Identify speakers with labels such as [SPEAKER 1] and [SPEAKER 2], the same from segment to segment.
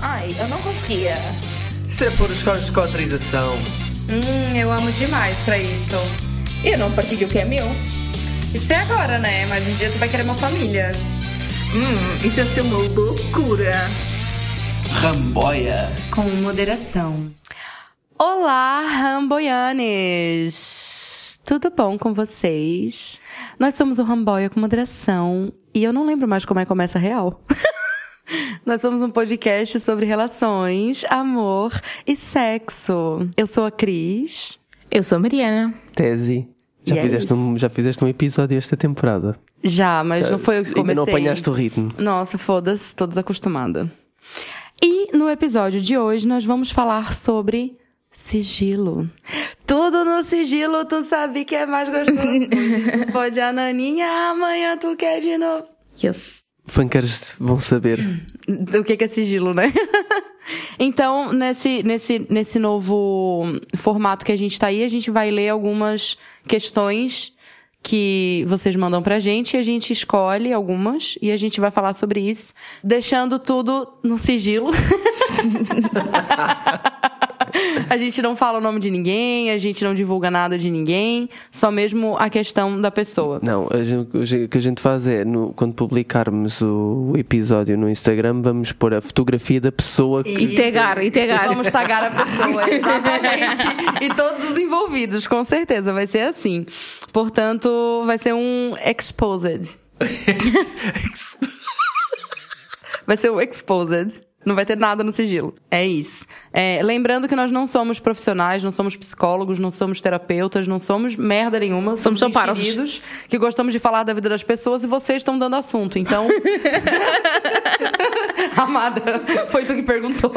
[SPEAKER 1] Ai, eu não conseguia.
[SPEAKER 2] Isso é por escotrização.
[SPEAKER 3] Hum, eu amo demais pra isso.
[SPEAKER 1] Eu não partilho o que é meu.
[SPEAKER 3] Isso é agora, né? Mas um dia tu vai querer uma família.
[SPEAKER 4] Hum, isso é ser uma loucura.
[SPEAKER 2] Ramboia.
[SPEAKER 3] Com moderação. Olá, Ramboianes! Tudo bom com vocês? Nós somos o Ramboia com moderação e eu não lembro mais como é que começa a real. Nós somos um podcast sobre relações, amor e sexo. Eu sou a Cris.
[SPEAKER 4] Eu sou a Mariana.
[SPEAKER 5] Tese. Já,
[SPEAKER 3] E é
[SPEAKER 5] fizeste
[SPEAKER 3] isso.
[SPEAKER 5] um, já fizeste um episódio esta temporada.
[SPEAKER 3] Já, mas não foi eu que
[SPEAKER 5] Ainda
[SPEAKER 3] comecei.
[SPEAKER 5] não apanhaste o ritmo.
[SPEAKER 3] Nossa, foda-se, tô desacostumada. E no episódio de hoje nós vamos falar sobre sigilo. Tudo no sigilo, tu sabe que é mais gostoso. Hoje tu pode a naninha, amanhã tu quer de novo. Yes.
[SPEAKER 5] Funkers vão saber.
[SPEAKER 3] O que que é sigilo, né? então, nesse, nesse, nesse novo formato que a gente tá aí, a gente vai ler algumas questões que vocês mandam pra gente, e a gente escolhe algumas e a gente vai falar sobre isso, deixando tudo no sigilo. A gente não fala o nome de ninguém, a gente não divulga nada de ninguém, só mesmo a questão da pessoa.
[SPEAKER 5] Não, a gente- o que a gente faz é, no- quando publicarmos o episódio no Instagram, vamos pôr a fotografia da pessoa que.
[SPEAKER 4] E tegar, e tegar.
[SPEAKER 3] Vamos tagar a pessoa, exatamente. e todos os envolvidos, com certeza, vai ser assim. Portanto, vai ser um exposed. vai ser um exposed. Não vai ter nada no sigilo. É isso. É, lembrando que nós não somos profissionais, não somos psicólogos, não somos terapeutas, não somos merda nenhuma.
[SPEAKER 4] Somos só parvos.
[SPEAKER 3] enxeridos que gostamos de falar da vida das pessoas e vocês estão dando assunto. Então. Amada, foi tu que perguntou.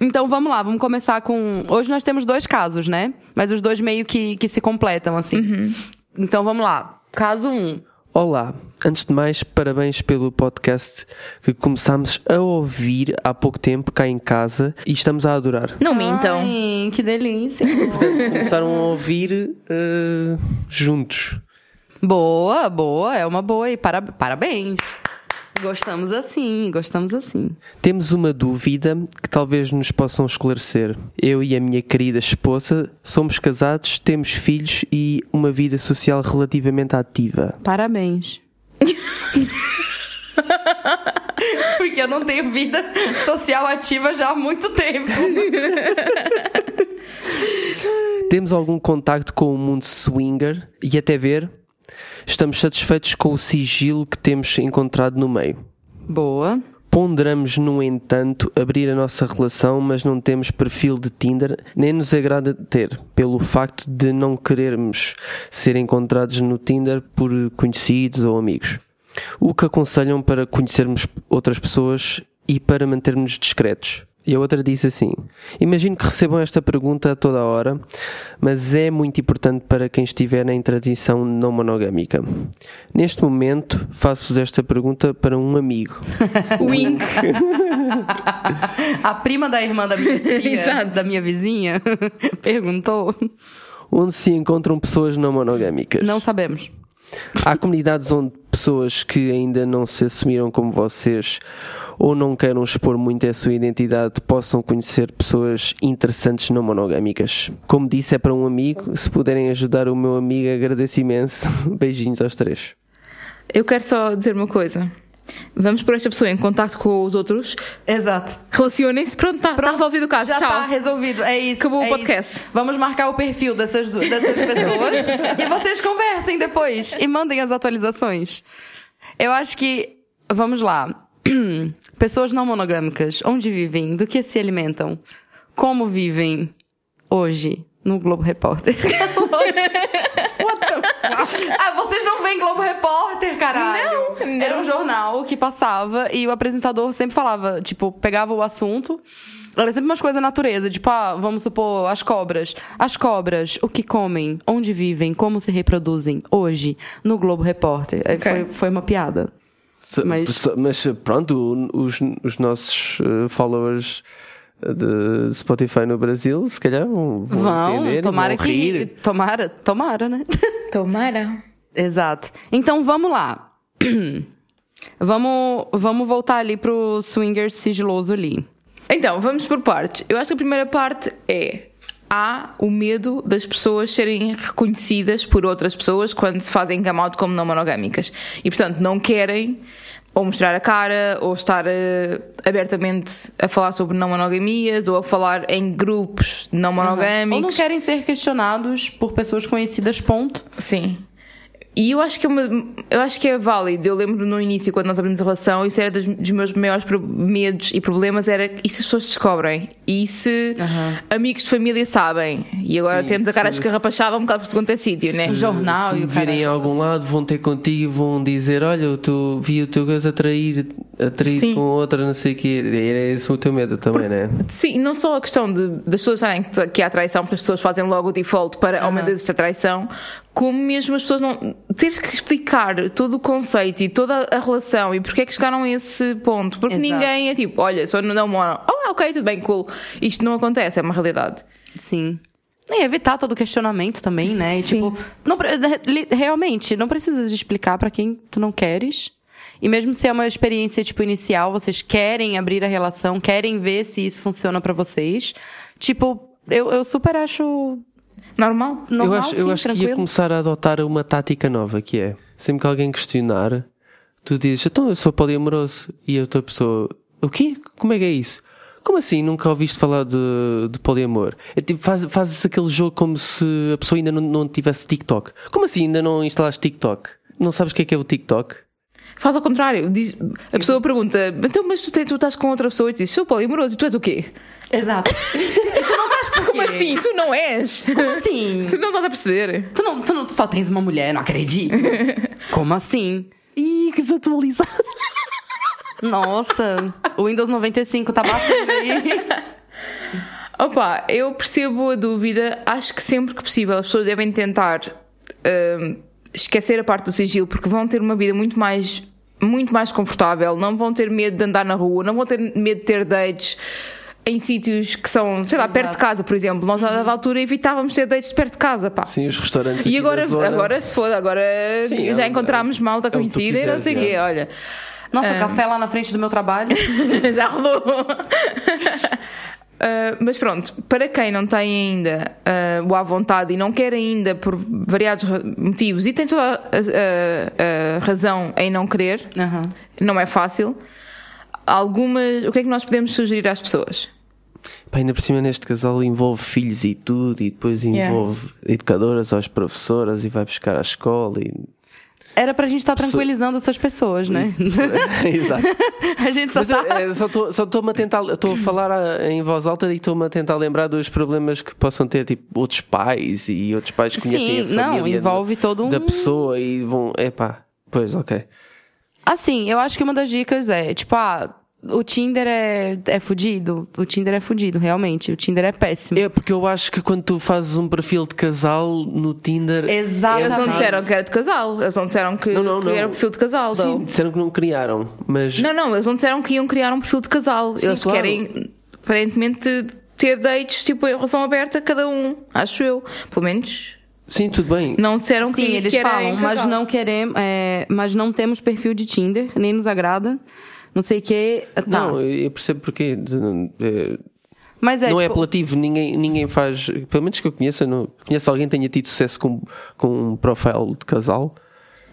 [SPEAKER 3] Então vamos lá, vamos começar com. Hoje nós temos dois casos, né? Mas os dois meio que, que se completam, assim.
[SPEAKER 4] Uhum.
[SPEAKER 3] Então vamos lá. Caso um.
[SPEAKER 5] Olá, antes de mais, parabéns pelo podcast que começámos a ouvir há pouco tempo cá em casa e estamos a adorar.
[SPEAKER 4] Não mintam.
[SPEAKER 3] Ai, que delícia.
[SPEAKER 5] Começaram a ouvir eh, juntos.
[SPEAKER 3] boa, boa, é uma boa. E para- parabéns. Gostamos assim, gostamos assim.
[SPEAKER 5] Temos uma dúvida que talvez nos possam esclarecer. Eu e a minha querida esposa somos casados, temos filhos e uma vida social relativamente ativa.
[SPEAKER 3] Parabéns. Porque eu não tenho vida social ativa já há muito tempo.
[SPEAKER 5] Temos algum contacto com o mundo swinger e até ver, estamos satisfeitos com o sigilo que temos encontrado no meio.
[SPEAKER 3] Boa.
[SPEAKER 5] Ponderamos, no entanto, abrir a nossa relação, mas não temos perfil de Tinder, nem nos agrada ter, pelo facto de não querermos ser encontrados no Tinder por conhecidos ou amigos. O que aconselham para conhecermos outras pessoas e para mantermos discretos? E a outra diz assim: Imagino que recebam esta pergunta a toda hora, mas é muito importante para quem estiver em transição não monogâmica. Neste momento, faço-vos esta pergunta para um amigo.
[SPEAKER 4] Wink.
[SPEAKER 3] A prima da irmã da minha tia,
[SPEAKER 4] Exato.
[SPEAKER 3] da minha vizinha, perguntou.
[SPEAKER 5] onde se encontram pessoas não monogâmicas.
[SPEAKER 3] Não sabemos.
[SPEAKER 5] Há comunidades onde pessoas que ainda não se assumiram como vocês ou não queiram expor muito a sua identidade possam conhecer pessoas interessantes não monogâmicas. Como disse, é para um amigo. Se puderem ajudar o meu amigo, agradeço imenso. Beijinhos aos três.
[SPEAKER 4] Eu quero só dizer uma coisa. Vamos pôr esta pessoa em contato com os outros.
[SPEAKER 3] Exato.
[SPEAKER 4] Relacionem-se. Pronto, está resolvido o caso.
[SPEAKER 3] Já
[SPEAKER 4] Tchau.
[SPEAKER 3] tá resolvido. É isso.
[SPEAKER 4] Acabou o
[SPEAKER 3] é
[SPEAKER 4] podcast.
[SPEAKER 3] isso. Vamos marcar o perfil dessas, du- dessas pessoas e vocês conversem depois e mandem as atualizações. Eu acho que. Vamos lá. Pessoas não monogâmicas, onde vivem? Do que se alimentam? Como vivem hoje no Globo Repórter? Ah, vocês não veem Globo Repórter, caralho. Não, Era um jornal que passava e o apresentador sempre falava, tipo, pegava o assunto. Era sempre umas coisas da natureza, tipo, ah, vamos supor, as cobras. As cobras, o que comem, onde vivem, como se reproduzem hoje no Globo Repórter. Aí
[SPEAKER 4] Ok.
[SPEAKER 3] Foi, foi uma piada.
[SPEAKER 5] Se-
[SPEAKER 3] Mas-
[SPEAKER 5] se- mas, eh, pronto, o- os, os nossos eh, followers eh, de Spotify no Brasil, se calhar vão, vão
[SPEAKER 3] Vão,
[SPEAKER 5] entender e
[SPEAKER 3] tomara
[SPEAKER 5] vão
[SPEAKER 3] que.
[SPEAKER 5] rir.
[SPEAKER 3] Tomara, tomara, né?
[SPEAKER 4] Tomara.
[SPEAKER 3] Exato. Então vamos lá. Vamos, vamos voltar ali pro swinger sigiloso ali.
[SPEAKER 4] Então, vamos por partes. Eu acho que a primeira parte é. Há o medo das pessoas serem reconhecidas por outras pessoas quando se fazem come out como não monogâmicas. E, portanto, não querem ou mostrar a cara, ou estar eh, abertamente a falar sobre não monogamias, ou a falar em grupos não
[SPEAKER 3] Ou
[SPEAKER 4] monogâmicos.
[SPEAKER 3] não querem ser questionados por pessoas conhecidas, ponto.
[SPEAKER 4] Sim. E eu acho que é uma, eu acho que é válido. Eu lembro no início, quando nós abrimos a relação, isso era dos, dos meus maiores pro- medos e problemas, era e se as pessoas descobrem? E se amigos de família sabem? E agora temos a cara escarrapachada um bocado por quanto é sítio, né?
[SPEAKER 3] O jornal
[SPEAKER 5] Se
[SPEAKER 3] e
[SPEAKER 5] me
[SPEAKER 3] o cara.
[SPEAKER 5] virem a algum lado, vão ter contigo e vão dizer: Olha, eu tu, vi o teu gajo atrair, atraído
[SPEAKER 4] Sim.
[SPEAKER 5] com outra, não sei o quê. Era esse o teu medo também, né?
[SPEAKER 4] Sim, não só a questão de, das pessoas sabem que, que há traição, porque as pessoas fazem logo o default para, oh meu Deus, isto é traição, como mesmo as pessoas não. Teres que explicar todo o conceito e toda a relação e porque é que chegaram a esse ponto. Porque
[SPEAKER 3] Exato.
[SPEAKER 4] ninguém é tipo, olha, só não moram. Oh, ok, tudo bem, cool. Isto não acontece, é uma realidade.
[SPEAKER 3] Sim. E evitar todo questionamento também, né? E,
[SPEAKER 4] Sim.
[SPEAKER 3] tipo, não, pre- li- realmente, não precisa de explicar pra quem tu não queres. E mesmo se é uma experiência, tipo, inicial, vocês querem abrir a relação, querem ver se isso funciona pra vocês. Tipo, eu, eu super acho
[SPEAKER 4] Normal.
[SPEAKER 3] normal,
[SPEAKER 5] eu acho, eu
[SPEAKER 3] sim,
[SPEAKER 5] acho que ia
[SPEAKER 3] tranquilo.
[SPEAKER 5] começar a adotar uma tática nova, que é sempre que alguém questionar, tu dizes, então eu sou poliamoroso. E a outra pessoa, o quê? Como é que é isso? Como assim? Nunca ouviste falar de, de poliamor? É tipo, faz- fazes aquele jogo como se a pessoa ainda não, não tivesse TikTok. Como assim ainda não instalaste TikTok? Não sabes o que é que é o TikTok?
[SPEAKER 4] Faz ao contrário. Diz- a pessoa pergunta, então, mas tu, te- tu estás com outra pessoa e tu dizes, sou polimoroso e tu és o quê?
[SPEAKER 3] Exato. e tu não estás por
[SPEAKER 4] Como assim? Tu não és?
[SPEAKER 3] Como assim?
[SPEAKER 4] tu não estás a perceber?
[SPEAKER 3] Tu não, tu não só tens uma mulher, não acredito. Como assim?
[SPEAKER 5] Ih, que desatualizado!
[SPEAKER 3] Nossa, o Windows 95 tá batendo aí.
[SPEAKER 4] Opa, eu percebo a dúvida. Acho que sempre que possível as pessoas devem tentar hum, esquecer a parte do sigilo porque vão ter uma vida muito mais muito mais confortável, não vão ter medo de andar na rua, não vão ter medo de ter dates em sítios que são, sei lá, perto de casa, por exemplo. Nós, a
[SPEAKER 5] Uhum.
[SPEAKER 4] dada altura, evitávamos ter dates perto de casa, pá.
[SPEAKER 5] Sim, os restaurantes.
[SPEAKER 4] E
[SPEAKER 5] aqui
[SPEAKER 4] agora,
[SPEAKER 5] da zona-
[SPEAKER 4] agora se foda, agora
[SPEAKER 5] Sim, é
[SPEAKER 4] já
[SPEAKER 5] um-
[SPEAKER 4] encontramos malta
[SPEAKER 5] é o que tu
[SPEAKER 4] conhecida e não sei o
[SPEAKER 5] quiseres,
[SPEAKER 4] quê, olha.
[SPEAKER 3] Nossa, café lá na frente do meu trabalho.
[SPEAKER 4] Já rodou. Uh, mas pronto, para quem não tem ainda uh, o à vontade e não quer ainda por variados ra- motivos e tem toda a, a- a razão em não querer,
[SPEAKER 3] Aham.
[SPEAKER 4] não é fácil. Algumas, o que é que nós podemos sugerir às pessoas?
[SPEAKER 5] Pá, ainda por cima neste casal envolve filhos e tudo, e depois envolve educadoras aos professoras e vai buscar à escola e.
[SPEAKER 3] Era pra gente estar tranquilizando essas pessoas, né?
[SPEAKER 5] Exato.
[SPEAKER 3] A gente só
[SPEAKER 5] Mas eu,
[SPEAKER 3] tá.
[SPEAKER 5] eh, só estou só tô-me a tentar estou a falar a- em voz alta e estou-me a tentar lembrar dos problemas que possam ter tipo outros pais e outros pais que
[SPEAKER 3] Sim,
[SPEAKER 5] conhecem a
[SPEAKER 3] não,
[SPEAKER 5] família
[SPEAKER 3] envolve
[SPEAKER 5] da-
[SPEAKER 3] todo um-
[SPEAKER 5] da pessoa e vão epá, pois ok.
[SPEAKER 3] Assim, eu acho que uma das dicas é, tipo, ah, o Tinder é, é fudido. O Tinder é fudido, realmente. O Tinder é péssimo.
[SPEAKER 5] É porque eu acho que quando tu fazes um perfil de casal no Tinder
[SPEAKER 4] Eles não
[SPEAKER 3] Exatamente.
[SPEAKER 4] disseram que era de casal, eles não disseram que,
[SPEAKER 5] Não, não,
[SPEAKER 4] que
[SPEAKER 5] não.
[SPEAKER 4] era perfil de casal.
[SPEAKER 5] Sim,
[SPEAKER 4] não.
[SPEAKER 5] disseram que não criaram, mas
[SPEAKER 4] Não, não, eles não disseram que iam criar um perfil de casal.
[SPEAKER 5] Sim,
[SPEAKER 4] eles
[SPEAKER 5] claro.
[SPEAKER 4] querem, aparentemente, ter dates tipo em relação aberta, cada um, acho eu. Pelo menos
[SPEAKER 5] sim, tudo bem.
[SPEAKER 4] não disseram que
[SPEAKER 3] Sim, eles
[SPEAKER 4] querem
[SPEAKER 3] falam,
[SPEAKER 4] casal.
[SPEAKER 3] mas não queremos, é, mas não temos perfil de Tinder, nem nos agrada. Não sei o que. Tá.
[SPEAKER 5] Não, eu eu percebo porque de- de- eh,
[SPEAKER 3] mas é,
[SPEAKER 5] não é
[SPEAKER 3] tipo,
[SPEAKER 5] apelativo, ninguém, ninguém faz, pelo menos que eu conheça, não, conheço alguém que tenha tido sucesso com, com um profile de casal.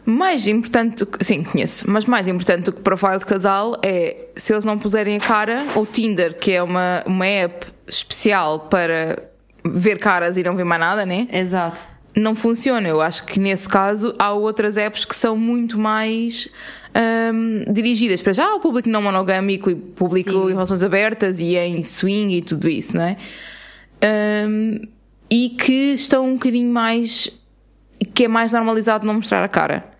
[SPEAKER 4] Mais importante, do que- sim, conheço, mas mais importante do que profile de casal é se eles não puserem a cara, o Tinder, que é uma, uma app especial para ver caras e não ver mais nada, né?
[SPEAKER 3] Exato.
[SPEAKER 4] não funciona. Eu acho que nesse caso há outras apps que são muito mais hum, dirigidas para já ao público não monogâmico e público em relações abertas e em swing e tudo isso, não é? Hum, e que estão um bocadinho mais. que é mais normalizado não mostrar a cara.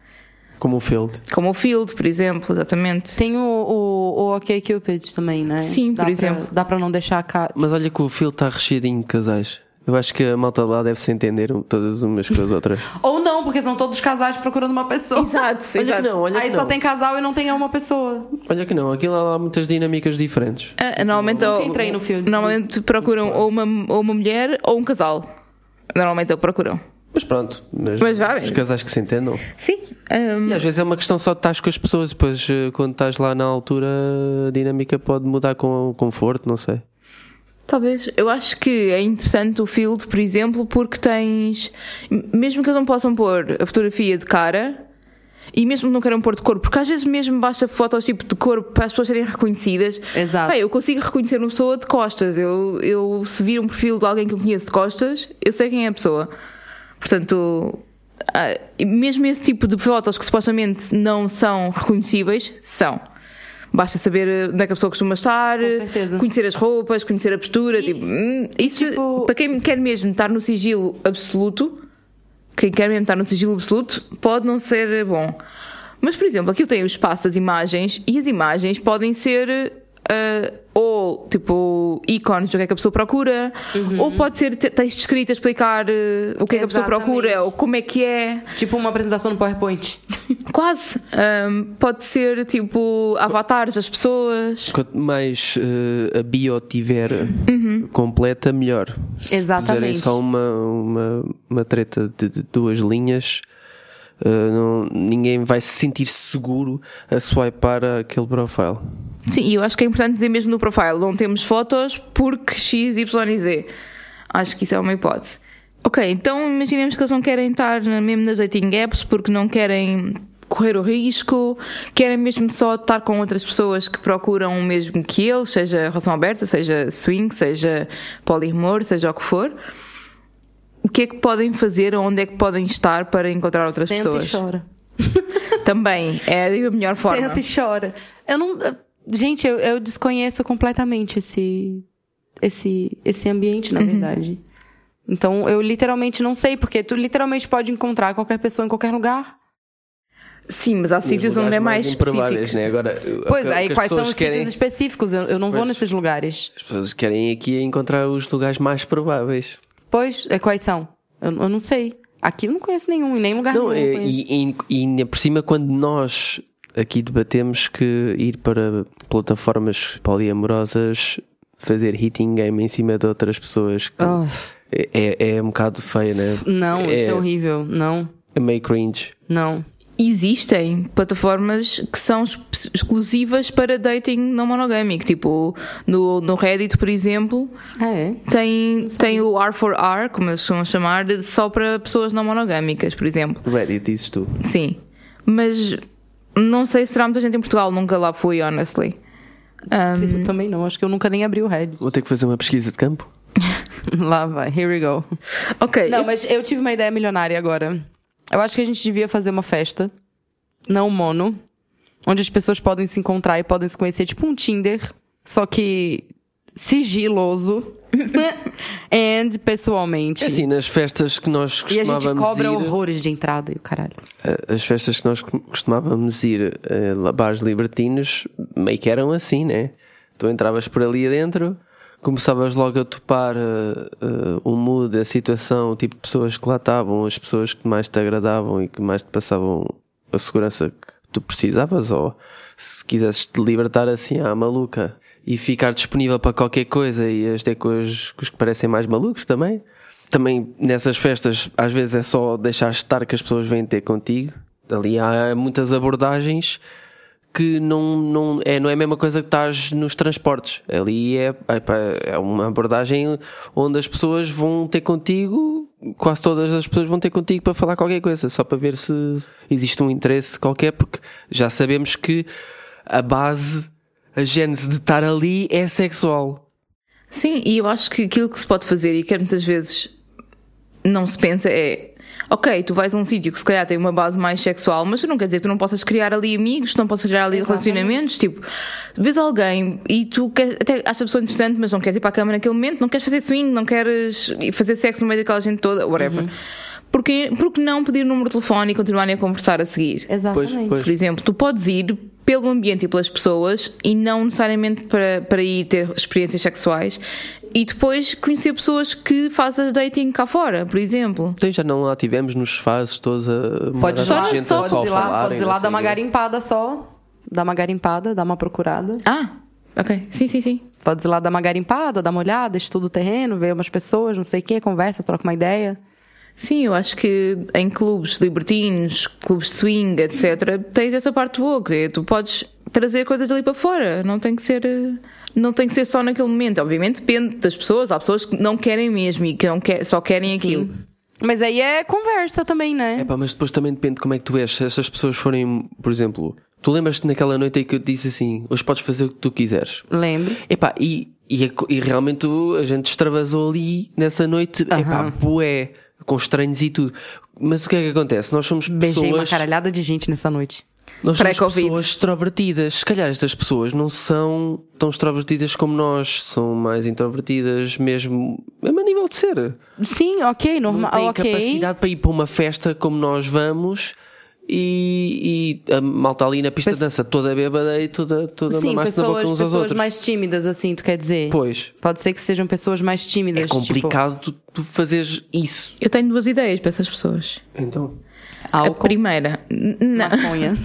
[SPEAKER 5] Como o Field.
[SPEAKER 4] Como o Field, por exemplo, exatamente.
[SPEAKER 3] Tem o, o, o OK Cupid também, né?
[SPEAKER 4] Sim, por
[SPEAKER 3] Dá pra-
[SPEAKER 4] exemplo.
[SPEAKER 3] Dá pra não deixar a cara.
[SPEAKER 5] Mas olha que o Field está recheadinho de casais. Eu acho que a malta lá deve se entender um- todas umas com as outras.
[SPEAKER 3] Ou não, porque são todos casais procurando uma pessoa.
[SPEAKER 4] Exato,
[SPEAKER 5] olha que
[SPEAKER 4] exato.
[SPEAKER 5] não, olha
[SPEAKER 3] Aí
[SPEAKER 5] que
[SPEAKER 3] só
[SPEAKER 5] não.
[SPEAKER 3] tem casal e não tem uma pessoa.
[SPEAKER 5] Olha que não, aquilo lá há muitas dinâmicas diferentes.
[SPEAKER 4] Ah, Normalmente, ou-
[SPEAKER 3] entrei no Field.
[SPEAKER 4] normalmente procuram ou uma, ou uma mulher ou um casal. Normalmente é o que procuram.
[SPEAKER 5] Mas pronto, mas,
[SPEAKER 4] Mas vá bem.
[SPEAKER 5] os casais que se entendam.
[SPEAKER 4] Sim. hum,
[SPEAKER 5] E às vezes é uma questão só de estás com as pessoas, depois eh, quando estás lá na altura a dinâmica pode mudar com o conforto, não sei.
[SPEAKER 4] Talvez. Eu acho que é interessante o Field, por exemplo, porque tens. Mesmo que eles não possam pôr a fotografia de cara. E mesmo que não queiram pôr de corpo, porque às vezes mesmo basta fotos tipo de corpo para as pessoas serem reconhecidas.
[SPEAKER 3] Exato.
[SPEAKER 4] Bem, eu consigo reconhecer uma pessoa de costas. Eu, eu se vir um perfil de alguém que eu conheço de costas, eu sei quem é a pessoa. Portanto, ah, e mesmo esse tipo de fotos que supostamente não são reconhecíveis, são. Basta saber eh, onde é que a pessoa costuma estar, eh,
[SPEAKER 3] certeza.
[SPEAKER 4] conhecer as roupas, conhecer a postura. tipo, hum, isso,
[SPEAKER 3] tipo-
[SPEAKER 4] para quem quer mesmo estar no sigilo absoluto, quem quer mesmo estar no sigilo absoluto, pode não ser eh, bom. Mas, por exemplo, aquilo tem o espaço das imagens e as imagens podem ser eh, ou tipo ícones do que é que a pessoa procura,
[SPEAKER 3] Uhum.
[SPEAKER 4] ou pode ser te- texto escrito a explicar eh, o que é que a pessoa
[SPEAKER 3] Exatamente.
[SPEAKER 4] procura ou como é que é.
[SPEAKER 3] Tipo uma apresentação no PowerPoint.
[SPEAKER 4] Quase. Ahm, pode ser tipo avatares das pessoas.
[SPEAKER 5] Quanto mais eh, a bio tiver completa, melhor. Se
[SPEAKER 3] Uhum. Exatamente.
[SPEAKER 5] fizerem só uma, uma, uma treta de, de duas linhas, eh, não- ninguém vai se sentir seguro a swipear aquele profile.
[SPEAKER 4] Sim, e eu acho que é importante dizer mesmo no profile: não temos fotos porque X, Y e Z. Acho que isso é uma hipótese. Ok, então imaginemos que eles não querem estar na- mesmo nas dating apps porque não querem correr o risco, querem mesmo só estar com outras pessoas que procuram o mesmo que eles, seja relação aberta, seja swing, seja polimor, seja o que for. O que é que podem fazer, onde é que podem estar para encontrar outras
[SPEAKER 3] Senta
[SPEAKER 4] pessoas?
[SPEAKER 3] e chora.
[SPEAKER 4] Também é a melhor forma.
[SPEAKER 3] Senta e chora. Eu não. Gente, eu, eu desconheço completamente esse, esse, esse ambiente,
[SPEAKER 4] Uhum.
[SPEAKER 3] na verdade. Então, eu literalmente não sei, porque tu literalmente pode encontrar qualquer pessoa em qualquer lugar.
[SPEAKER 4] Sim, mas há sítios onde é mais,
[SPEAKER 5] improváveis,
[SPEAKER 4] específico.
[SPEAKER 5] né? Agora,
[SPEAKER 3] Pois,
[SPEAKER 5] o que
[SPEAKER 3] aí
[SPEAKER 5] as
[SPEAKER 3] quais são os
[SPEAKER 5] pessoas querem,
[SPEAKER 3] sítios específicos? Eu, eu não vou
[SPEAKER 5] Pois.
[SPEAKER 3] nesses lugares.
[SPEAKER 5] As pessoas querem aqui é encontrar os lugares mais prováveis.
[SPEAKER 3] Pois, é, quais são? Eu, eu não sei. Aqui eu não conheço nenhum, em nem lugar
[SPEAKER 5] Não,
[SPEAKER 3] nenhum. eu
[SPEAKER 5] é,
[SPEAKER 3] conheço.
[SPEAKER 5] e, e, e ainda por cima, quando nós aqui debatemos que ir para plataformas poliamorosas fazer hitting game em cima de outras pessoas que
[SPEAKER 3] Ah.
[SPEAKER 5] é, é, é um bocado feio, né?
[SPEAKER 3] Não,
[SPEAKER 5] é,
[SPEAKER 3] isso é horrível. Não,
[SPEAKER 5] É meio cringe.
[SPEAKER 3] não.
[SPEAKER 4] Existem plataformas que são ex- exclusivas para dating não monogâmico. Tipo, no, no Reddit, por exemplo,
[SPEAKER 3] Ah, é?
[SPEAKER 4] tem, tem o R4R, como eles costumam chamar, de- só para pessoas não monogâmicas, por exemplo.
[SPEAKER 5] Reddit, dizes tu.
[SPEAKER 4] Sim. Mas não sei se será muita gente em Portugal, nunca lá fui, honestly.
[SPEAKER 5] Hum.
[SPEAKER 3] Eu Tipo, também não, acho que eu nunca nem abri o Red.
[SPEAKER 5] Vou ter que fazer uma pesquisa de campo.
[SPEAKER 3] Lá vai, here we go.
[SPEAKER 4] Ok.
[SPEAKER 3] Não, mas eu tive uma ideia milionária agora. Eu acho que a gente devia fazer uma festa, não um mono, onde as pessoas podem se encontrar e podem se conhecer, tipo um Tinder, só que sigiloso and pessoalmente.
[SPEAKER 5] É assim, nas festas que nós
[SPEAKER 3] e a gente
[SPEAKER 5] costumávamos
[SPEAKER 3] cobra
[SPEAKER 5] ir,
[SPEAKER 3] horrores de entrada e o caralho.
[SPEAKER 5] eh, as festas que nós costumávamos ir eh, a bares libertinos, meio que eram assim, né? Tu entravas por ali adentro, começavas logo a topar eh, eh, o mood, a situação, o tipo de pessoas que lá estavam, as pessoas que mais te agradavam e que mais te passavam a segurança que tu precisavas, ou se quisesses te libertar assim à maluca e ficar disponível para qualquer coisa e as ter com os, com os que parecem mais malucos também. Também nessas festas, às vezes é só deixar estar que as pessoas vêm ter contigo. Ali há muitas abordagens que não, não, é, não é a mesma coisa que estás nos transportes. Ali é, é, pá, é uma abordagem onde as pessoas vão ter contigo, quase todas as pessoas vão ter contigo para falar qualquer coisa, só para ver se existe um interesse qualquer, porque já sabemos que a base, a gênese de estar ali é sexual.
[SPEAKER 4] Sim, e eu acho que aquilo que se pode fazer e que é muitas vezes não se pensa é. Ok, tu vais a um sítio que se calhar tem uma base mais sexual, mas isso não quer dizer que tu não possas criar ali amigos, não possas criar ali relacionamentos. Tipo, vês alguém e tu queres, até achas a pessoa interessante, mas não queres ir para a cama naquele momento, não queres fazer swing, não queres ir fazer sexo no meio daquela gente toda, whatever. Porque, porque não pedir o número de telefone e continuarem a conversar a seguir?
[SPEAKER 3] Exatamente.
[SPEAKER 5] pois.
[SPEAKER 4] Por exemplo, tu podes ir pelo ambiente e pelas pessoas e não necessariamente para, para ir ter experiências sexuais e depois conhecer pessoas que fazem dating cá fora, por exemplo.
[SPEAKER 5] Então já não lá tivemos nos fases todos a uma
[SPEAKER 3] Podes ir
[SPEAKER 5] data
[SPEAKER 3] lá,
[SPEAKER 5] de gente a só
[SPEAKER 3] podes ir lá,
[SPEAKER 5] falarem,
[SPEAKER 3] podes ir
[SPEAKER 5] não
[SPEAKER 3] lá
[SPEAKER 5] sei
[SPEAKER 3] dar uma
[SPEAKER 5] o quê.
[SPEAKER 3] garimpada só. Dar uma garimpada, dar uma procurada.
[SPEAKER 4] Ah, ok. Sim, sim, sim.
[SPEAKER 3] Podes ir lá dar uma garimpada, dar uma olhada, estuda o terreno, ver umas pessoas, não sei o que, conversa, troca uma ideia.
[SPEAKER 4] Sim, eu acho que em clubes libertinos, clubes de swing, etc., tens essa parte boa, quer dizer, tu podes trazer coisas dali para fora, não tem que ser. eh, Não tem que ser só naquele momento. Obviamente depende das pessoas. Há pessoas que não querem mesmo e que não que- só querem aquilo.
[SPEAKER 3] Mas aí é conversa também, né?
[SPEAKER 5] É pá, mas depois também depende de como é que tu és. Se essas pessoas forem, por exemplo, tu lembras-te naquela noite em que eu te disse assim: hoje podes fazer o que tu quiseres.
[SPEAKER 3] Lembro.
[SPEAKER 5] Epá, e, e, a co- e realmente o- a gente extravasou ali nessa noite, epá, bué, com estranhos e tudo. Mas o que é que acontece? Nós somos
[SPEAKER 3] Beijei uma
[SPEAKER 5] pessoas,
[SPEAKER 3] caralhada de gente nessa noite.
[SPEAKER 5] nós somos
[SPEAKER 4] Pré-Covid.
[SPEAKER 5] pessoas extrovertidas. Se calhar estas pessoas não são tão extrovertidas como nós, são mais introvertidas mesmo, mesmo a nível de ser.
[SPEAKER 3] Sim, ok,
[SPEAKER 5] Não
[SPEAKER 3] normal.
[SPEAKER 5] têm
[SPEAKER 3] ok.
[SPEAKER 5] capacidade para ir para uma festa como nós vamos. E, e a malta ali na pista
[SPEAKER 3] Pes-
[SPEAKER 5] dança toda bêbada e toda, toda
[SPEAKER 3] Sim,
[SPEAKER 5] mamar-se na boca
[SPEAKER 3] pessoas,
[SPEAKER 5] uns aos
[SPEAKER 3] pessoas
[SPEAKER 5] outros.
[SPEAKER 3] mais tímidas, assim, tu quer dizer?
[SPEAKER 5] Pois.
[SPEAKER 3] Pode ser que sejam pessoas mais tímidas. tipo,
[SPEAKER 5] É complicado tu, tu fazeres isso.
[SPEAKER 4] Eu tenho duas ideias para essas pessoas.
[SPEAKER 5] Então.
[SPEAKER 3] Tipo, álcool,
[SPEAKER 4] A primeira. n- n- não.
[SPEAKER 3] maconha.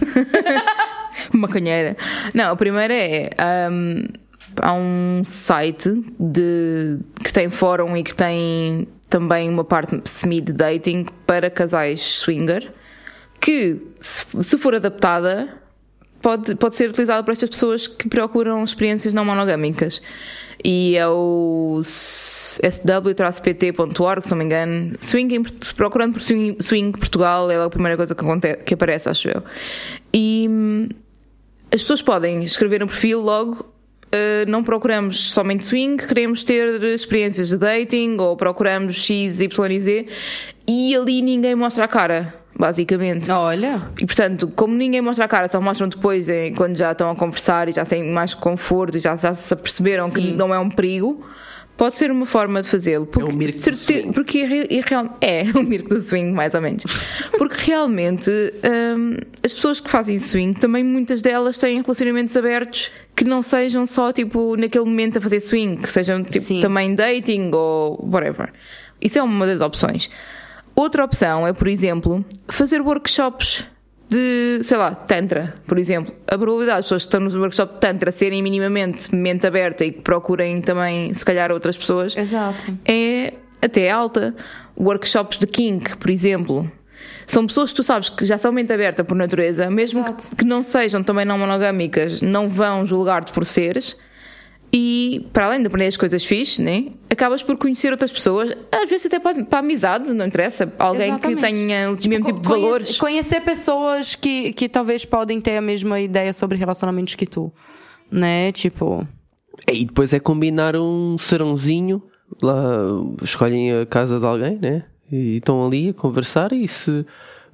[SPEAKER 4] Maconheira. Não, a primeira é. hum, há um site de, que tem fórum e que tem também uma parte semi de dating para casais swinger que, se, se for adaptada, pode, pode ser utilizada por estas pessoas que procuram experiências não monogâmicas. E é o sw-pt.org, se não me engano. Swing, em Port- procurando por swing, swing Portugal é logo a primeira coisa que, aconte- que aparece, acho eu. E hum, as pessoas podem escrever um perfil logo. eh, não procuramos somente swing, queremos ter experiências de dating ou procuramos X, Y e Z e ali ninguém mostra a cara, basicamente.
[SPEAKER 3] Olha,
[SPEAKER 4] E portanto, como ninguém mostra a cara, só mostram depois eh, quando já estão a conversar e já têm mais conforto e já, já se aperceberam que não é um perigo, pode ser uma forma de fazê-lo. Porque,
[SPEAKER 5] o Mirko É um do
[SPEAKER 4] certe-
[SPEAKER 5] swing.
[SPEAKER 4] porque irre- irreal- é o Mirko do swing, mais ou menos. Porque realmente hum, as pessoas que fazem swing também muitas delas têm relacionamentos abertos que não sejam só tipo naquele momento a fazer swing, que sejam tipo
[SPEAKER 3] Sim.
[SPEAKER 4] também dating ou whatever. Isso é uma das opções. Outra opção é, por exemplo, fazer workshops de, sei lá, Tantra, por exemplo. A probabilidade das pessoas que estão no workshop de Tantra serem minimamente mente aberta e que procurem também, se calhar, outras pessoas
[SPEAKER 3] exato.
[SPEAKER 4] é até alta. Workshops de kink, por exemplo. São pessoas que tu sabes que já são mente aberta por natureza, mesmo que,
[SPEAKER 3] Exato.
[SPEAKER 4] que não sejam também não monogâmicas, não vão julgar-te por seres. E para além de aprender as coisas fixe, né? acabas por conhecer outras pessoas, às vezes até para, para amizade, não interessa. Alguém que
[SPEAKER 3] Exatamente.
[SPEAKER 4] tenha o mesmo tipo de
[SPEAKER 3] Conhece-
[SPEAKER 4] valores.
[SPEAKER 3] Conhecer pessoas que, que talvez podem ter a mesma ideia sobre relacionamentos que tu. Né? Tipo.
[SPEAKER 5] E depois é combinar um serãozinho, lá escolhem a casa de alguém, né? E estão ali a conversar e se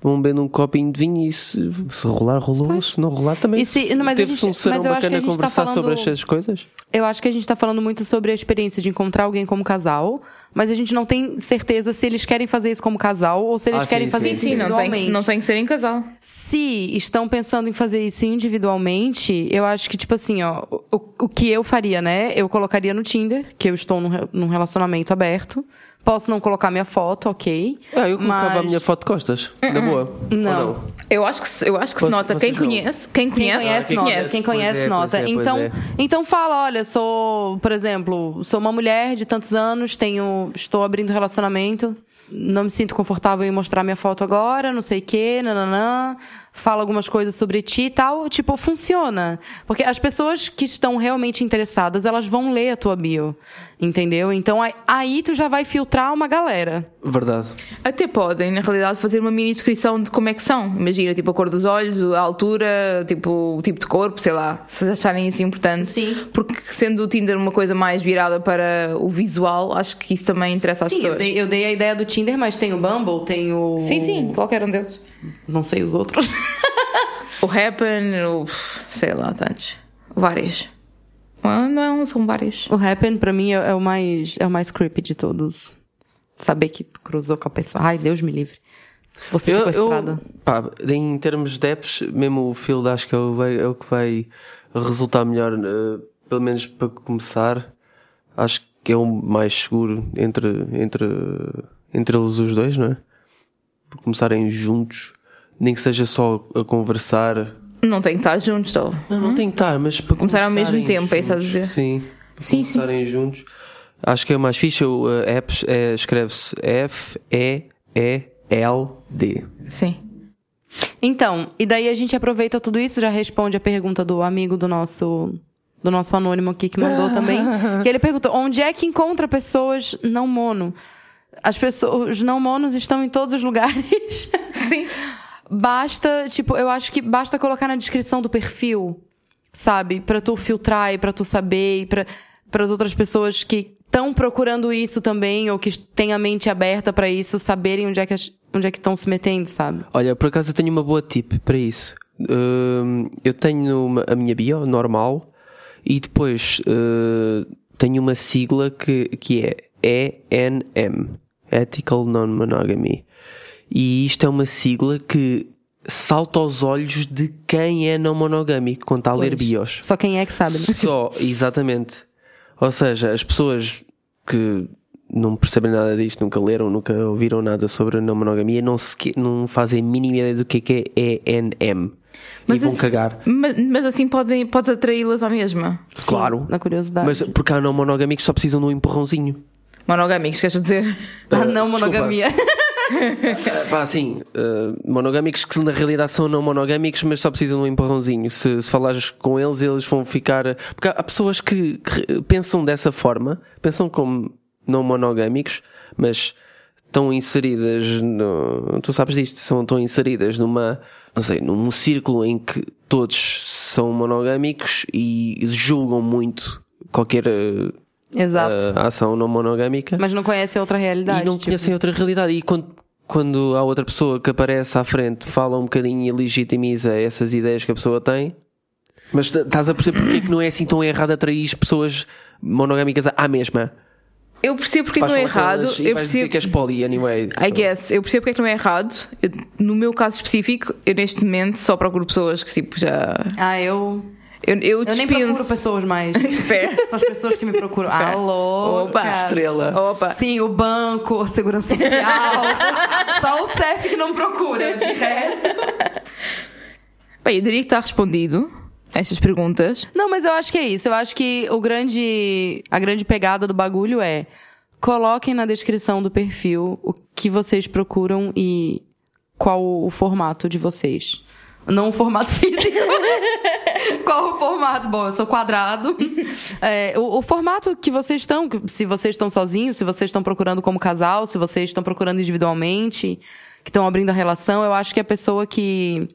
[SPEAKER 5] vão bebendo um copinho de vinho e se, se rolar, rolou, se não rolar também.
[SPEAKER 3] E se- não, mas a
[SPEAKER 5] Teve-se
[SPEAKER 3] gente-
[SPEAKER 5] um serão
[SPEAKER 3] mas eu acho que a
[SPEAKER 5] bacana a
[SPEAKER 3] gente tá
[SPEAKER 5] conversar sobre
[SPEAKER 3] falando-
[SPEAKER 5] estas coisas?
[SPEAKER 3] Eu acho que a gente tá falando muito sobre a experiência de encontrar alguém como casal, mas a gente não tem certeza se eles querem fazer isso como casal ou se eles
[SPEAKER 5] Ah, sim,
[SPEAKER 3] querem
[SPEAKER 5] sim,
[SPEAKER 3] fazer
[SPEAKER 4] Sim,
[SPEAKER 3] isso
[SPEAKER 4] sim, não
[SPEAKER 3] individualmente.
[SPEAKER 4] tem, não tem que ser em casal.
[SPEAKER 3] Se estão pensando em fazer isso individualmente, eu acho que, tipo assim, ó, o, o que eu faria, né? Eu colocaria no Tinder, que eu estou num, re- num relacionamento aberto. Posso não colocar minha foto, ok.
[SPEAKER 5] Ah, eu colocava
[SPEAKER 3] mas-
[SPEAKER 5] a minha foto de costas, da boa.
[SPEAKER 3] Não.
[SPEAKER 5] Ou não?
[SPEAKER 4] Eu acho que, se- eu acho que se
[SPEAKER 5] Vocês-
[SPEAKER 4] nota quem
[SPEAKER 5] vocês não.
[SPEAKER 4] conhece, quem
[SPEAKER 3] Quem
[SPEAKER 4] conhece,
[SPEAKER 3] conhece, nota. Quem
[SPEAKER 5] Pois
[SPEAKER 3] conhece,
[SPEAKER 5] é, pois
[SPEAKER 3] nota.
[SPEAKER 5] é, pois
[SPEAKER 3] então,
[SPEAKER 5] é.
[SPEAKER 3] então fala, olha, sou, por exemplo, sou uma mulher de tantos anos, tenho, estou abrindo um relacionamento, não me sinto confortável em mostrar minha foto agora, não sei o quê, nananã. Fala algumas coisas sobre ti e tal. Tipo, funciona. Porque as pessoas que estão realmente interessadas, elas vão ler a tua bio. Entendeu? Então aí, aí tu já vai filtrar uma galera.
[SPEAKER 5] Verdade.
[SPEAKER 4] Até podem, na realidade, fazer uma mini descrição de como é que são. Imagina, tipo, a cor dos olhos, a altura, tipo, o tipo de corpo, sei lá, se acharem isso importante.
[SPEAKER 3] Sim.
[SPEAKER 4] Porque sendo o Tinder uma coisa mais virada para o visual, acho que isso também interessa às
[SPEAKER 3] Sim, eu
[SPEAKER 4] pessoas.
[SPEAKER 3] dei, eu dei a ideia do Tinder, mas tem o Bumble, tem o.
[SPEAKER 4] Sim, sim, qualquer um deles.
[SPEAKER 3] Não sei os outros.
[SPEAKER 4] O Happen, o. sei lá, tantos. Vários. Ah, Não, é um, são vários.
[SPEAKER 3] O Happen, pra mim, é, é o mais, é o mais creepy de todos. Saber que tu cruzou com a pessoa. Ai, Deus me livre. Você sequestrada.
[SPEAKER 5] pá, em termos de apps, mesmo o Field acho que é o, vai- é o que vai resultar melhor, eh, pelo menos para começar. Acho que é o mais seguro entre, entre, entre eles os dois, não é? Por começarem juntos, nem que seja só a conversar.
[SPEAKER 4] Não têm que estar juntos, estou.
[SPEAKER 5] Não, não tem que estar, mas para
[SPEAKER 4] Uhum. Começar ao
[SPEAKER 5] começarem
[SPEAKER 4] mesmo tempo, é isso a
[SPEAKER 5] juntos,
[SPEAKER 4] dizer?
[SPEAKER 5] Sim, para
[SPEAKER 4] Sim, sim.
[SPEAKER 5] começarem juntos. Acho que é o mais fixe. O eh, apps eh, escreve-se F-E-P-P. E-L-D.
[SPEAKER 4] Sim.
[SPEAKER 3] Então, e daí a gente aproveita tudo isso, já responde a pergunta do amigo do nosso do nosso anônimo aqui que mandou também, que ele perguntou: "Onde é que encontra pessoas não mono?" As pessoas os não monos estão em todos os lugares.
[SPEAKER 4] Sim.
[SPEAKER 3] Basta, tipo, eu acho que basta colocar na descrição do perfil, sabe? Pra tu filtrar e pra tu saber e pra, as outras pessoas que estão procurando isso também ou que têm a mente aberta pra isso saberem onde é que as- onde é que estão se metendo, sabe?
[SPEAKER 5] Olha, por acaso eu tenho uma boa tip para isso. Hum, eu tenho uma- a minha bio normal e depois eh, tenho uma sigla que, que é ENM Ethical Non-Monogamy. E isto é uma sigla que salta aos olhos de quem é não monogâmico quando está a ler bios.
[SPEAKER 3] Só quem é que sabe, né?
[SPEAKER 5] Só, exatamente. Ou seja, as pessoas que não percebem nada disto, nunca leram, nunca ouviram nada sobre a não monogamia, não, sequer, não fazem a mínima ideia do que é que é ENM. e vão
[SPEAKER 4] assim-
[SPEAKER 5] cagar.
[SPEAKER 4] Mas, mas assim podem, podes atraí-las à mesma.
[SPEAKER 5] claro.
[SPEAKER 3] na curiosidade.
[SPEAKER 5] Mas porque há não monogâmicos que só precisam de um empurrãozinho.
[SPEAKER 4] Monogâmicos, queres dizer?
[SPEAKER 3] Ah, não
[SPEAKER 5] é, Desculpa.
[SPEAKER 3] monogamia.
[SPEAKER 5] Ah, Pá, assim, ah, monogâmicos que na realidade são não monogâmicos, mas só precisam de um empurrãozinho. Se, se falares com eles, eles vão ficar. Porque há- há pessoas que, que pensam dessa forma, pensam como não monogâmicos, mas estão inseridas no. Tu sabes disto, são tão inseridas numa. Não sei, num círculo em que todos são monogâmicos e julgam muito qualquer ah,
[SPEAKER 3] Exato.
[SPEAKER 5] ah, ação não monogâmica
[SPEAKER 3] Mas não conhece a outra realidade.
[SPEAKER 5] e assim, não
[SPEAKER 3] tipo,
[SPEAKER 5] conhecem outra realidade. E quando, quando há outra pessoa que aparece à frente, fala um bocadinho e legitimiza essas ideias que a pessoa tem, mas t- estás a perceber porque é que não é assim tão errado atrair pessoas monogâmicas à mesma?
[SPEAKER 4] Eu percebo porque é que
[SPEAKER 5] Vais
[SPEAKER 4] não é
[SPEAKER 5] falar com
[SPEAKER 4] errado.
[SPEAKER 5] elas E
[SPEAKER 4] Eu
[SPEAKER 5] vais dizer
[SPEAKER 4] percebo.
[SPEAKER 5] que és poli, anyway.
[SPEAKER 4] I guess, eu percebo porque é que não é errado. Eu- no meu caso específico, eu neste momento só procuro pessoas que tipo já.
[SPEAKER 3] Ah, eu.
[SPEAKER 4] Eu, eu,
[SPEAKER 3] Eu nem procuro
[SPEAKER 4] dispenso.
[SPEAKER 3] pessoas mais.
[SPEAKER 4] Fair.
[SPEAKER 3] São as pessoas que me procuram. Alô?
[SPEAKER 4] Opa.
[SPEAKER 3] cara.
[SPEAKER 5] Estrela.
[SPEAKER 4] Opa.
[SPEAKER 3] Sim, o banco, a segurança social. Só o CEF que não procura. De resto.
[SPEAKER 4] Bem, eu diria que está respondido estas perguntas.
[SPEAKER 3] Não, mas eu acho que é isso. Eu acho que o grande, a grande pegada do bagulho é coloquem na descrição do perfil o que vocês procuram e qual o formato de vocês. Não o formato físico. qual o formato? Bom, eu sou quadrado. É, o, o formato que vocês estão, que- se vocês estão sozinhos, se vocês estão procurando como casal, se vocês estão procurando individualmente, que estão abrindo a relação, eu acho que a pessoa que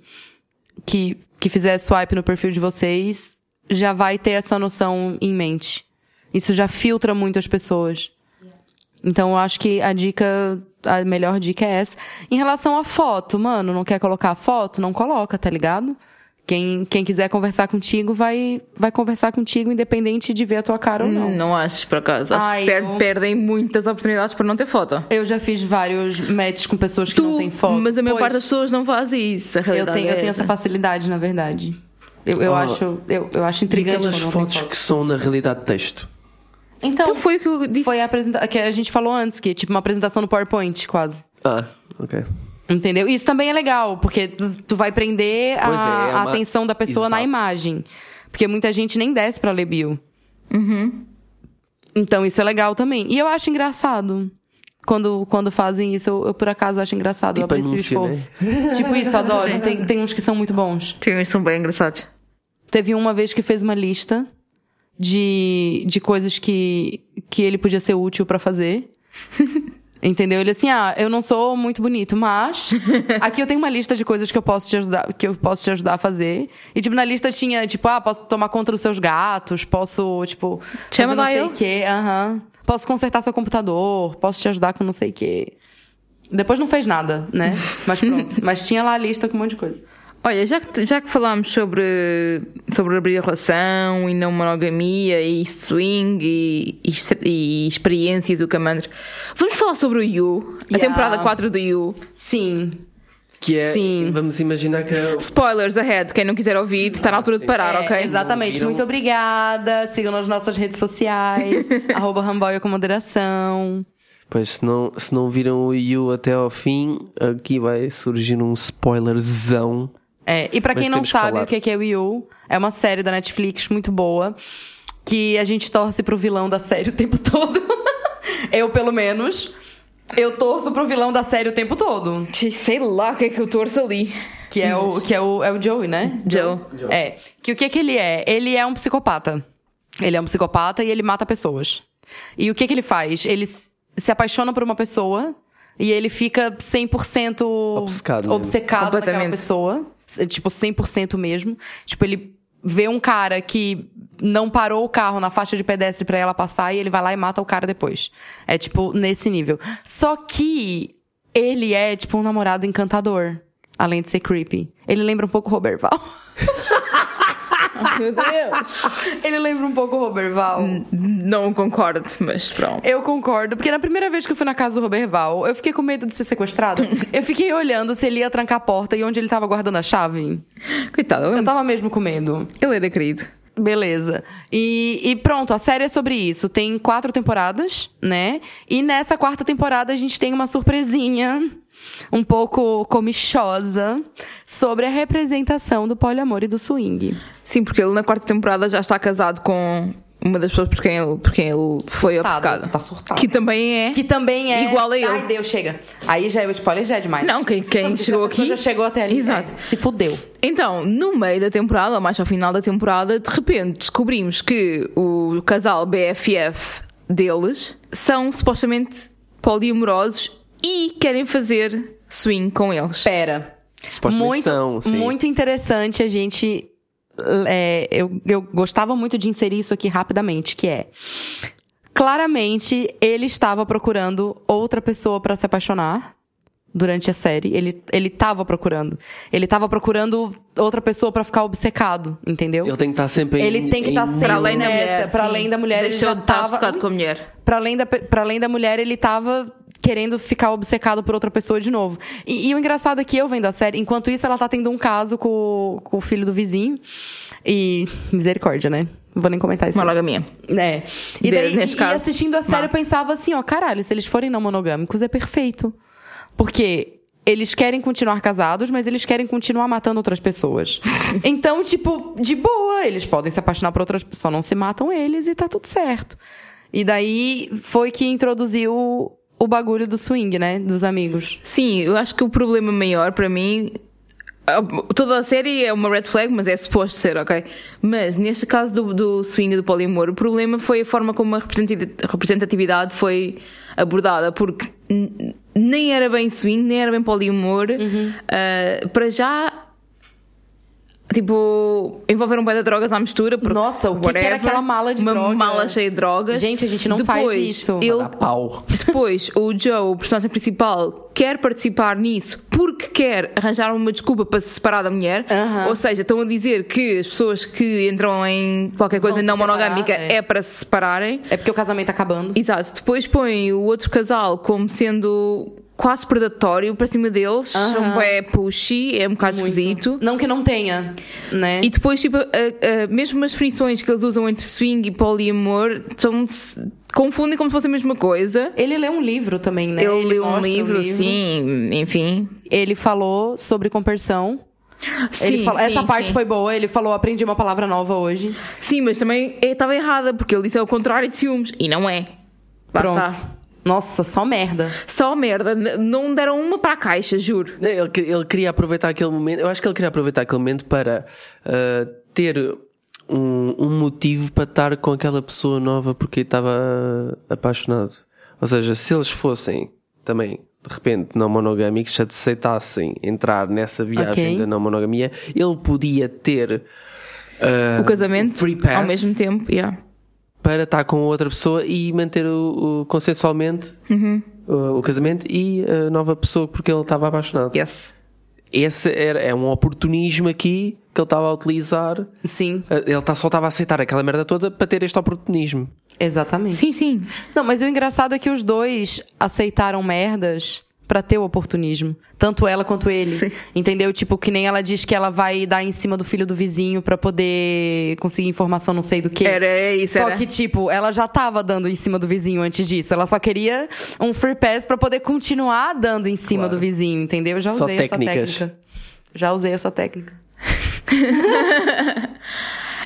[SPEAKER 3] que, que fizer swipe no perfil de vocês já vai ter essa noção em mente. Isso já filtra muito as pessoas. Então eu acho que a dica, a melhor dica é essa. Em relação à foto, mano, não quer colocar a foto? Não coloca, tá ligado? Quem, quem quiser conversar contigo vai, vai conversar contigo, independente de ver a tua cara ou não.
[SPEAKER 4] Hum, Não, acho, por acaso. Acho
[SPEAKER 3] Ai,
[SPEAKER 4] que per-
[SPEAKER 3] eu-
[SPEAKER 4] perdem muitas oportunidades por não ter foto.
[SPEAKER 3] Eu já fiz vários matches com pessoas que
[SPEAKER 4] Tu,
[SPEAKER 3] não têm foto.
[SPEAKER 4] mas a maior
[SPEAKER 3] Pois.
[SPEAKER 4] parte das pessoas não faz isso. A
[SPEAKER 3] eu
[SPEAKER 4] realidade
[SPEAKER 3] tenho,
[SPEAKER 4] é
[SPEAKER 3] eu tenho
[SPEAKER 4] essa.
[SPEAKER 3] essa facilidade, na verdade. Eu, eu
[SPEAKER 5] Ah.
[SPEAKER 3] acho, eu, eu
[SPEAKER 5] E
[SPEAKER 3] acho intrigante
[SPEAKER 5] aquelas
[SPEAKER 3] quando não tem
[SPEAKER 5] fotos
[SPEAKER 3] foto.
[SPEAKER 5] que são na realidade texto.
[SPEAKER 4] Então foi o que eu disse.
[SPEAKER 3] Foi a apresentação que a gente falou antes, que é tipo uma apresentação no PowerPoint, quase.
[SPEAKER 5] Ah, ok.
[SPEAKER 3] Entendeu? Isso também é legal, porque tu tu vai prender a,
[SPEAKER 5] Pois é, é
[SPEAKER 3] a
[SPEAKER 5] uma-
[SPEAKER 3] atenção da pessoa na
[SPEAKER 5] Exato.
[SPEAKER 3] imagem. Porque muita gente nem desce pra ler bio. Então isso é legal também. E eu acho engraçado. Quando, quando fazem isso, eu, eu por acaso acho engraçado. eu
[SPEAKER 5] Tipo
[SPEAKER 3] aprecio
[SPEAKER 5] anúncio,
[SPEAKER 3] o
[SPEAKER 5] né?
[SPEAKER 3] esforço. Tipo isso, eu adoro. Tem, tem uns que são muito bons.
[SPEAKER 4] Sim, mas são bem engraçados.
[SPEAKER 3] Teve uma vez que fez uma lista de, de coisas que, que ele podia ser útil pra fazer. Entendeu? Ele assim, ah, eu não sou muito bonito, mas aqui eu tenho uma lista de coisas que eu posso te ajudar, que eu posso te ajudar a fazer. E tipo na lista tinha tipo, ah, posso tomar conta dos seus gatos, posso tipo
[SPEAKER 4] Chama
[SPEAKER 3] fazer não
[SPEAKER 4] lá
[SPEAKER 3] sei
[SPEAKER 4] eu.
[SPEAKER 3] o quê, aham. Posso consertar seu computador, posso te ajudar com não sei o quê. Depois não fez nada, né? Mas pronto, mas tinha lá a lista com um monte de coisa.
[SPEAKER 4] Olha, já que, já que falámos sobre, sobre abrir a relação e não monogamia e swing e, e ex- e experiências do Camandro, vamos falar sobre o You, a
[SPEAKER 3] Yeah.
[SPEAKER 4] temporada 4 do You.
[SPEAKER 3] Sim,
[SPEAKER 5] Que é,
[SPEAKER 3] Sim.
[SPEAKER 5] vamos imaginar que é
[SPEAKER 4] Spoilers ahead, quem não quiser ouvir, está na altura de parar,
[SPEAKER 3] É,
[SPEAKER 4] ok?
[SPEAKER 3] Exatamente.
[SPEAKER 5] Ouviram?
[SPEAKER 3] Muito obrigada. Sigam nas nossas redes sociais. arroba Ramboia com moderação.
[SPEAKER 5] Pois, se não, se não viram o Yu até ao fim, aqui vai surgir um spoilerzão.
[SPEAKER 3] É, e pra
[SPEAKER 5] Mas
[SPEAKER 3] quem não
[SPEAKER 5] temos que
[SPEAKER 3] sabe
[SPEAKER 5] falar.
[SPEAKER 3] o que é que é o You, é uma série da Netflix muito boa. Que a gente torce pro vilão da série o tempo todo. Eu, pelo menos. Eu torço pro vilão da série o tempo todo.
[SPEAKER 4] Sei lá o que é que eu torço ali.
[SPEAKER 3] Que é o, que é o, é o Joey, né?
[SPEAKER 4] Joe.
[SPEAKER 3] É. Que o que que ele é? Ele é um psicopata. Ele é um psicopata e ele mata pessoas. E o que que ele faz? Ele s- se apaixona por uma pessoa e ele fica 100%
[SPEAKER 5] Obcecado mesmo.
[SPEAKER 3] obcecado naquela
[SPEAKER 4] Completamente.
[SPEAKER 3] pessoa. S- Tipo, 100% mesmo. Tipo, ele vê um cara que não parou o carro na faixa de pedestre pra ela passar e ele vai lá e mata o cara depois. É tipo, nesse nível. Só que ele é tipo um namorado encantador. Além de ser creepy. Ele lembra um pouco o Roberval. Ah,
[SPEAKER 4] Meu Deus.
[SPEAKER 3] ele lembra um pouco o Roberval.
[SPEAKER 4] Não concordo, mas pronto.
[SPEAKER 3] Eu concordo, porque na primeira vez que eu fui na casa do Roberval, eu fiquei com medo de ser sequestrado. Eu fiquei olhando se ele ia trancar a porta e onde ele tava guardando a chave.
[SPEAKER 4] Coitado,
[SPEAKER 3] Eu
[SPEAKER 4] ele- é um
[SPEAKER 3] tava mesmo com medo.
[SPEAKER 4] ele era querido.
[SPEAKER 3] Beleza. E, e pronto, a série é sobre isso. Tem quatro temporadas, né? E nessa quarta temporada a gente tem uma surpresinha um pouco comichosa sobre a representação do poliamor e do swing.
[SPEAKER 4] Sim, porque ele na quarta temporada já está casado com uma das pessoas por quem ele, por quem ele foi
[SPEAKER 3] Surtado,
[SPEAKER 4] obcecado.
[SPEAKER 3] tá surtado.
[SPEAKER 4] Que também é.
[SPEAKER 3] Que também é.
[SPEAKER 4] Igual a eu.
[SPEAKER 3] Ai, Deus, chega. Aí já é o spoiler, já é demais.
[SPEAKER 4] Não, quem- quem
[SPEAKER 3] porque se
[SPEAKER 4] chegou
[SPEAKER 3] a pessoa
[SPEAKER 4] aqui-
[SPEAKER 3] Já chegou até ali.
[SPEAKER 4] Exato.
[SPEAKER 3] é, se fudeu.
[SPEAKER 4] Então, no meio da temporada, mais ao final da temporada, de repente descobrimos que o casal BFF deles são supostamente poliamorosos e querem fazer swing com eles.
[SPEAKER 3] Pera.
[SPEAKER 5] Supostamente
[SPEAKER 3] muito,
[SPEAKER 5] são, sim.
[SPEAKER 3] muito interessante a gente. é, eu, eu gostava muito de inserir isso aqui rapidamente, que é. Claramente, ele estava procurando outra pessoa para se apaixonar durante a série. Ele, ele tava procurando. Ele tava procurando outra pessoa para ficar obcecado, entendeu?
[SPEAKER 5] Ele tem que estar sempre em,
[SPEAKER 3] Ele tem que
[SPEAKER 5] em
[SPEAKER 3] estar sempre-
[SPEAKER 5] mil.
[SPEAKER 3] além da mulher,
[SPEAKER 4] Nessa,
[SPEAKER 3] pra
[SPEAKER 4] sim.
[SPEAKER 3] além da mulher, ele
[SPEAKER 4] Deixou
[SPEAKER 3] já
[SPEAKER 4] de estar
[SPEAKER 3] tava-
[SPEAKER 4] obcecado com a mulher.
[SPEAKER 3] Pra além, da, pe- pra além da mulher, ele tava querendo ficar obcecado por outra pessoa de novo. E, e o engraçado é que eu vendo a série, enquanto isso, ela tá tendo um caso com, o- com o filho do vizinho. E. Misericórdia, né? Não vou nem comentar isso.
[SPEAKER 4] Monogamia.
[SPEAKER 3] É. E, daí,
[SPEAKER 4] De- nesse
[SPEAKER 3] e- e
[SPEAKER 4] caso,
[SPEAKER 3] assistindo a série,
[SPEAKER 4] má.
[SPEAKER 3] eu pensava assim, ó, caralho, se eles forem não monogâmicos, é perfeito. Porque eles querem continuar casados, mas eles querem continuar matando outras pessoas. então, tipo, de boa, eles podem se apaixonar por outras pessoas, só não se matam eles e tá tudo certo. E daí foi que introduziu o- o bagulho do swing, né? Dos amigos.
[SPEAKER 4] Sim, eu acho que o problema maior para mim. ah, Toda a série é uma red flag, mas é suposto ser, ok? Mas neste caso do, do swing e do poliamor, o problema foi a forma como a representati- representatividade foi abordada, porque n- nem era bem swing, nem era bem poliamor.
[SPEAKER 3] Uhum.
[SPEAKER 4] Ah, para já, tipo, envolveram um pé de drogas à mistura. porque
[SPEAKER 3] Nossa, o que que era aquela mala de
[SPEAKER 4] uma
[SPEAKER 3] droga?
[SPEAKER 4] mala cheia de drogas.
[SPEAKER 3] Gente, a gente não faz
[SPEAKER 4] Depois,
[SPEAKER 3] isso.
[SPEAKER 4] Ele,
[SPEAKER 5] Pau.
[SPEAKER 4] depois, o Joe, o personagem principal, quer participar nisso porque quer arranjar uma desculpa para se separar da mulher.
[SPEAKER 3] Aham.
[SPEAKER 4] Ou seja, estão a dizer que as pessoas que entram em qualquer coisa
[SPEAKER 3] Vão se
[SPEAKER 4] não
[SPEAKER 3] separar,
[SPEAKER 4] monogâmica
[SPEAKER 3] é.
[SPEAKER 4] é. para se separarem.
[SPEAKER 3] É porque o casamento tá acabando.
[SPEAKER 4] Exato. Depois põe o outro casal como sendo quase predatório para cima deles. São é pushy, é um bocado esquisito.
[SPEAKER 3] Não que não tenha, né?
[SPEAKER 4] E depois, tipo, a- a- mesmo as definições que eles usam entre swing e poliamor são, confundem como se fosse a mesma coisa.
[SPEAKER 3] Ele leu um livro também, né?
[SPEAKER 4] Eu
[SPEAKER 3] Ele
[SPEAKER 4] li um
[SPEAKER 3] mostra o
[SPEAKER 4] livro, sim, enfim.
[SPEAKER 3] Ele falou sobre conversão. ele
[SPEAKER 4] Sim,
[SPEAKER 3] fala-
[SPEAKER 4] sim,
[SPEAKER 3] essa parte
[SPEAKER 4] sim.
[SPEAKER 3] foi boa. Ele falou, aprendi uma palavra nova hoje.
[SPEAKER 4] Sim, mas também estava errada, porque ele disse é o contrário de ciúmes. E não é. Lá
[SPEAKER 3] Pronto.
[SPEAKER 4] está.
[SPEAKER 3] Nossa, só merda.
[SPEAKER 4] Só merda. N- Não deram uma para a caixa, juro.
[SPEAKER 5] Não, Ele, que- ele queria aproveitar aquele momento. Eu acho que ele queria aproveitar aquele momento para ah, ter um, um motivo para estar com aquela pessoa nova porque estava apaixonado. Ou seja, se eles fossem também, de repente, não monogâmicos, se aceitassem entrar nessa viagem
[SPEAKER 3] Ok.
[SPEAKER 5] da não monogamia, ele podia ter ah,
[SPEAKER 4] o casamento,
[SPEAKER 5] free pass
[SPEAKER 4] ao mesmo tempo, yeah.
[SPEAKER 5] para estar com outra pessoa e manter o, o- consensualmente
[SPEAKER 4] Uhum.
[SPEAKER 5] o, o casamento e a nova pessoa porque ele estava apaixonado.
[SPEAKER 4] yes.
[SPEAKER 5] Esse era, é um oportunismo aqui que ele estava a utilizar.
[SPEAKER 3] Sim,
[SPEAKER 5] Eh, Ele tá, só estava a aceitar aquela merda toda para ter este oportunismo.
[SPEAKER 3] exatamente.
[SPEAKER 4] Sim, sim.
[SPEAKER 3] Não, mas o engraçado é que os dois aceitaram merdas pra ter o oportunismo. Tanto ela quanto ele.
[SPEAKER 4] Sim.
[SPEAKER 3] Entendeu? Tipo, que nem ela diz que ela vai dar em cima do filho do vizinho pra poder conseguir informação não sei do que.
[SPEAKER 4] Era é isso,
[SPEAKER 3] Só
[SPEAKER 4] era.
[SPEAKER 3] que, tipo, ela já tava dando em cima do vizinho antes disso. Ela só queria um free pass pra poder continuar dando em cima
[SPEAKER 5] Claro.
[SPEAKER 3] do vizinho, entendeu? Já
[SPEAKER 5] Só
[SPEAKER 3] usei
[SPEAKER 5] técnicas.
[SPEAKER 3] essa técnica. Já usei essa técnica.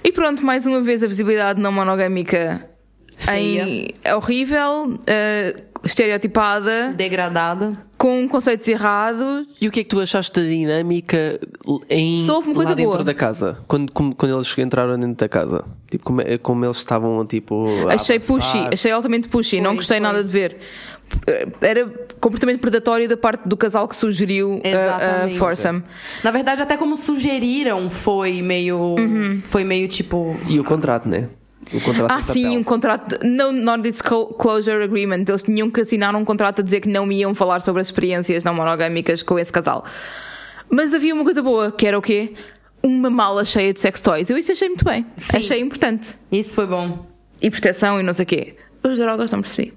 [SPEAKER 4] E pronto, mais uma vez a visibilidade não monogâmica
[SPEAKER 3] Feia.
[SPEAKER 4] em é horrível, eh, estereotipada,
[SPEAKER 3] Degradada.
[SPEAKER 4] com conceitos errados.
[SPEAKER 5] E o que é que tu achaste da dinâmica em,
[SPEAKER 4] Só houve uma coisa
[SPEAKER 5] lá dentro
[SPEAKER 4] boa.
[SPEAKER 5] da casa? Quando, como- quando eles entraram dentro da casa? Tipo, como, é- como eles estavam, tipo. a
[SPEAKER 4] achei
[SPEAKER 5] avançar?
[SPEAKER 4] pushy, achei altamente pushy, não
[SPEAKER 3] Foi,
[SPEAKER 4] gostei
[SPEAKER 3] foi.
[SPEAKER 4] nada de ver. Eh, Era comportamento predatório da parte do casal que sugeriu eh, a
[SPEAKER 3] Exatamente.
[SPEAKER 4] Forsam.
[SPEAKER 3] Na verdade, até como sugeriram, foi meio.
[SPEAKER 5] Uhum.
[SPEAKER 3] Foi meio tipo.
[SPEAKER 5] E o contrato, né? O contrato
[SPEAKER 4] Ah,
[SPEAKER 5] em
[SPEAKER 4] sim,
[SPEAKER 5] papel.
[SPEAKER 4] um contrato. de- No Non-Disclosure Agreement. Eles tinham que assinar um contrato a dizer que não iam falar sobre as experiências não monogâmicas com esse casal. Mas havia uma coisa boa, que era o quê? Uma mala cheia de sex toys. Eu isso achei muito bem.
[SPEAKER 3] Sim.
[SPEAKER 4] Achei importante.
[SPEAKER 3] Isso foi bom.
[SPEAKER 4] E proteção e não sei o quê. As drogas não percebi.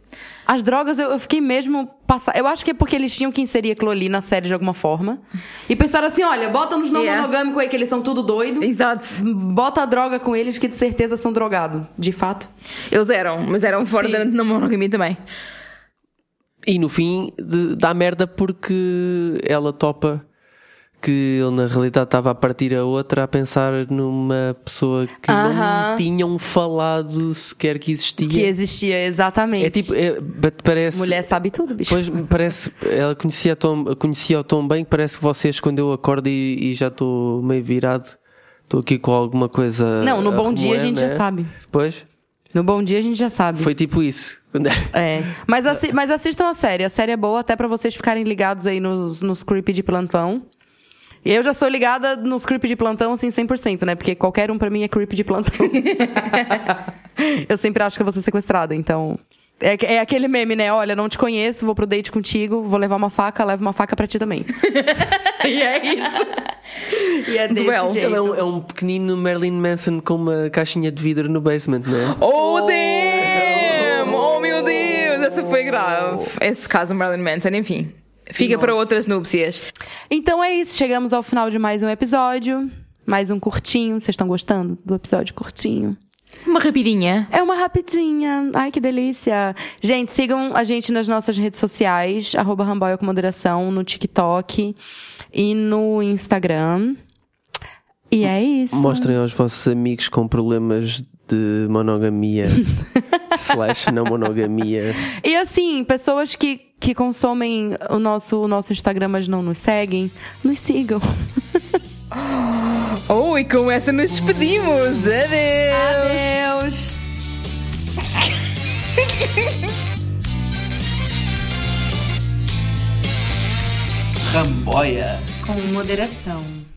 [SPEAKER 3] As drogas, eu, eu fiquei mesmo passar. Eu acho que é porque eles tinham que inserir aquilo ali na série de alguma forma. E pensaram assim: olha, bota nos não
[SPEAKER 4] Yeah.
[SPEAKER 3] monogâmicos aí, que eles são tudo doido.
[SPEAKER 4] Exato.
[SPEAKER 3] Bota a droga com eles, que de certeza são drogados. De fato.
[SPEAKER 4] Eles eram, mas eram fora
[SPEAKER 3] Sim.
[SPEAKER 4] da da monogamia também.
[SPEAKER 5] E no fim de- dá merda porque ela topa que ele na realidade estava a partir a outra a pensar numa pessoa que
[SPEAKER 3] Aham.
[SPEAKER 5] não tinham falado sequer que existia.
[SPEAKER 3] Que existia, exatamente.
[SPEAKER 5] é tipo, é, but parece.
[SPEAKER 3] Mulher sabe tudo, bicho.
[SPEAKER 5] Pois parece, ela conhecia, tão, conhecia o tão bem que parece que vocês, quando eu acordo e, e já estou meio virado, estou aqui com alguma coisa.
[SPEAKER 3] Não, no
[SPEAKER 5] a
[SPEAKER 3] bom dia a
[SPEAKER 5] roer,
[SPEAKER 3] gente
[SPEAKER 5] né?
[SPEAKER 3] já sabe.
[SPEAKER 5] Pois,
[SPEAKER 3] No bom dia a gente já sabe.
[SPEAKER 5] foi tipo isso.
[SPEAKER 3] É. Mas, assi- mas assistam a série. A série é boa até pra vocês ficarem ligados aí nos, nos creep de plantão. Eu já sou ligada nos creep de plantão, assim, 100%, né? Porque qualquer um pra mim é creep de plantão. eu sempre acho que eu vou ser sequestrada, então... É, que- é aquele meme, né? Olha, não te conheço, vou pro date contigo, vou levar uma faca, levo uma faca pra ti também. e é isso. E é desse
[SPEAKER 4] Duelo.
[SPEAKER 3] jeito.
[SPEAKER 5] Ele é um, é um pequenino Marilyn Manson com uma caixinha de vidro no basement, não é?
[SPEAKER 4] Oh, damn! Oh, meu Deus! Essa foi grave. Esse caso do Marilyn Manson, enfim. Fica para outras núpcias.
[SPEAKER 3] Então é isso, chegamos ao final de mais um episódio. Mais um curtinho. Vocês estão gostando do episódio curtinho?
[SPEAKER 4] Uma rapidinha.
[SPEAKER 3] É uma rapidinha. Ai, que delícia. Gente, sigam a gente nas nossas redes sociais, arroba Ramboia com moderação, no TikTok e no Instagram. E é isso.
[SPEAKER 5] Mostrem aos vossos amigos com problemas de monogamia slash não monogamia.
[SPEAKER 3] E assim, pessoas que, que consomem o nosso, o nosso Instagram, mas não nos seguem, nos sigam.
[SPEAKER 4] Oh, e com essa nos despedimos. Adeus!
[SPEAKER 3] Adeus.
[SPEAKER 2] Ramboia.
[SPEAKER 1] Com moderação.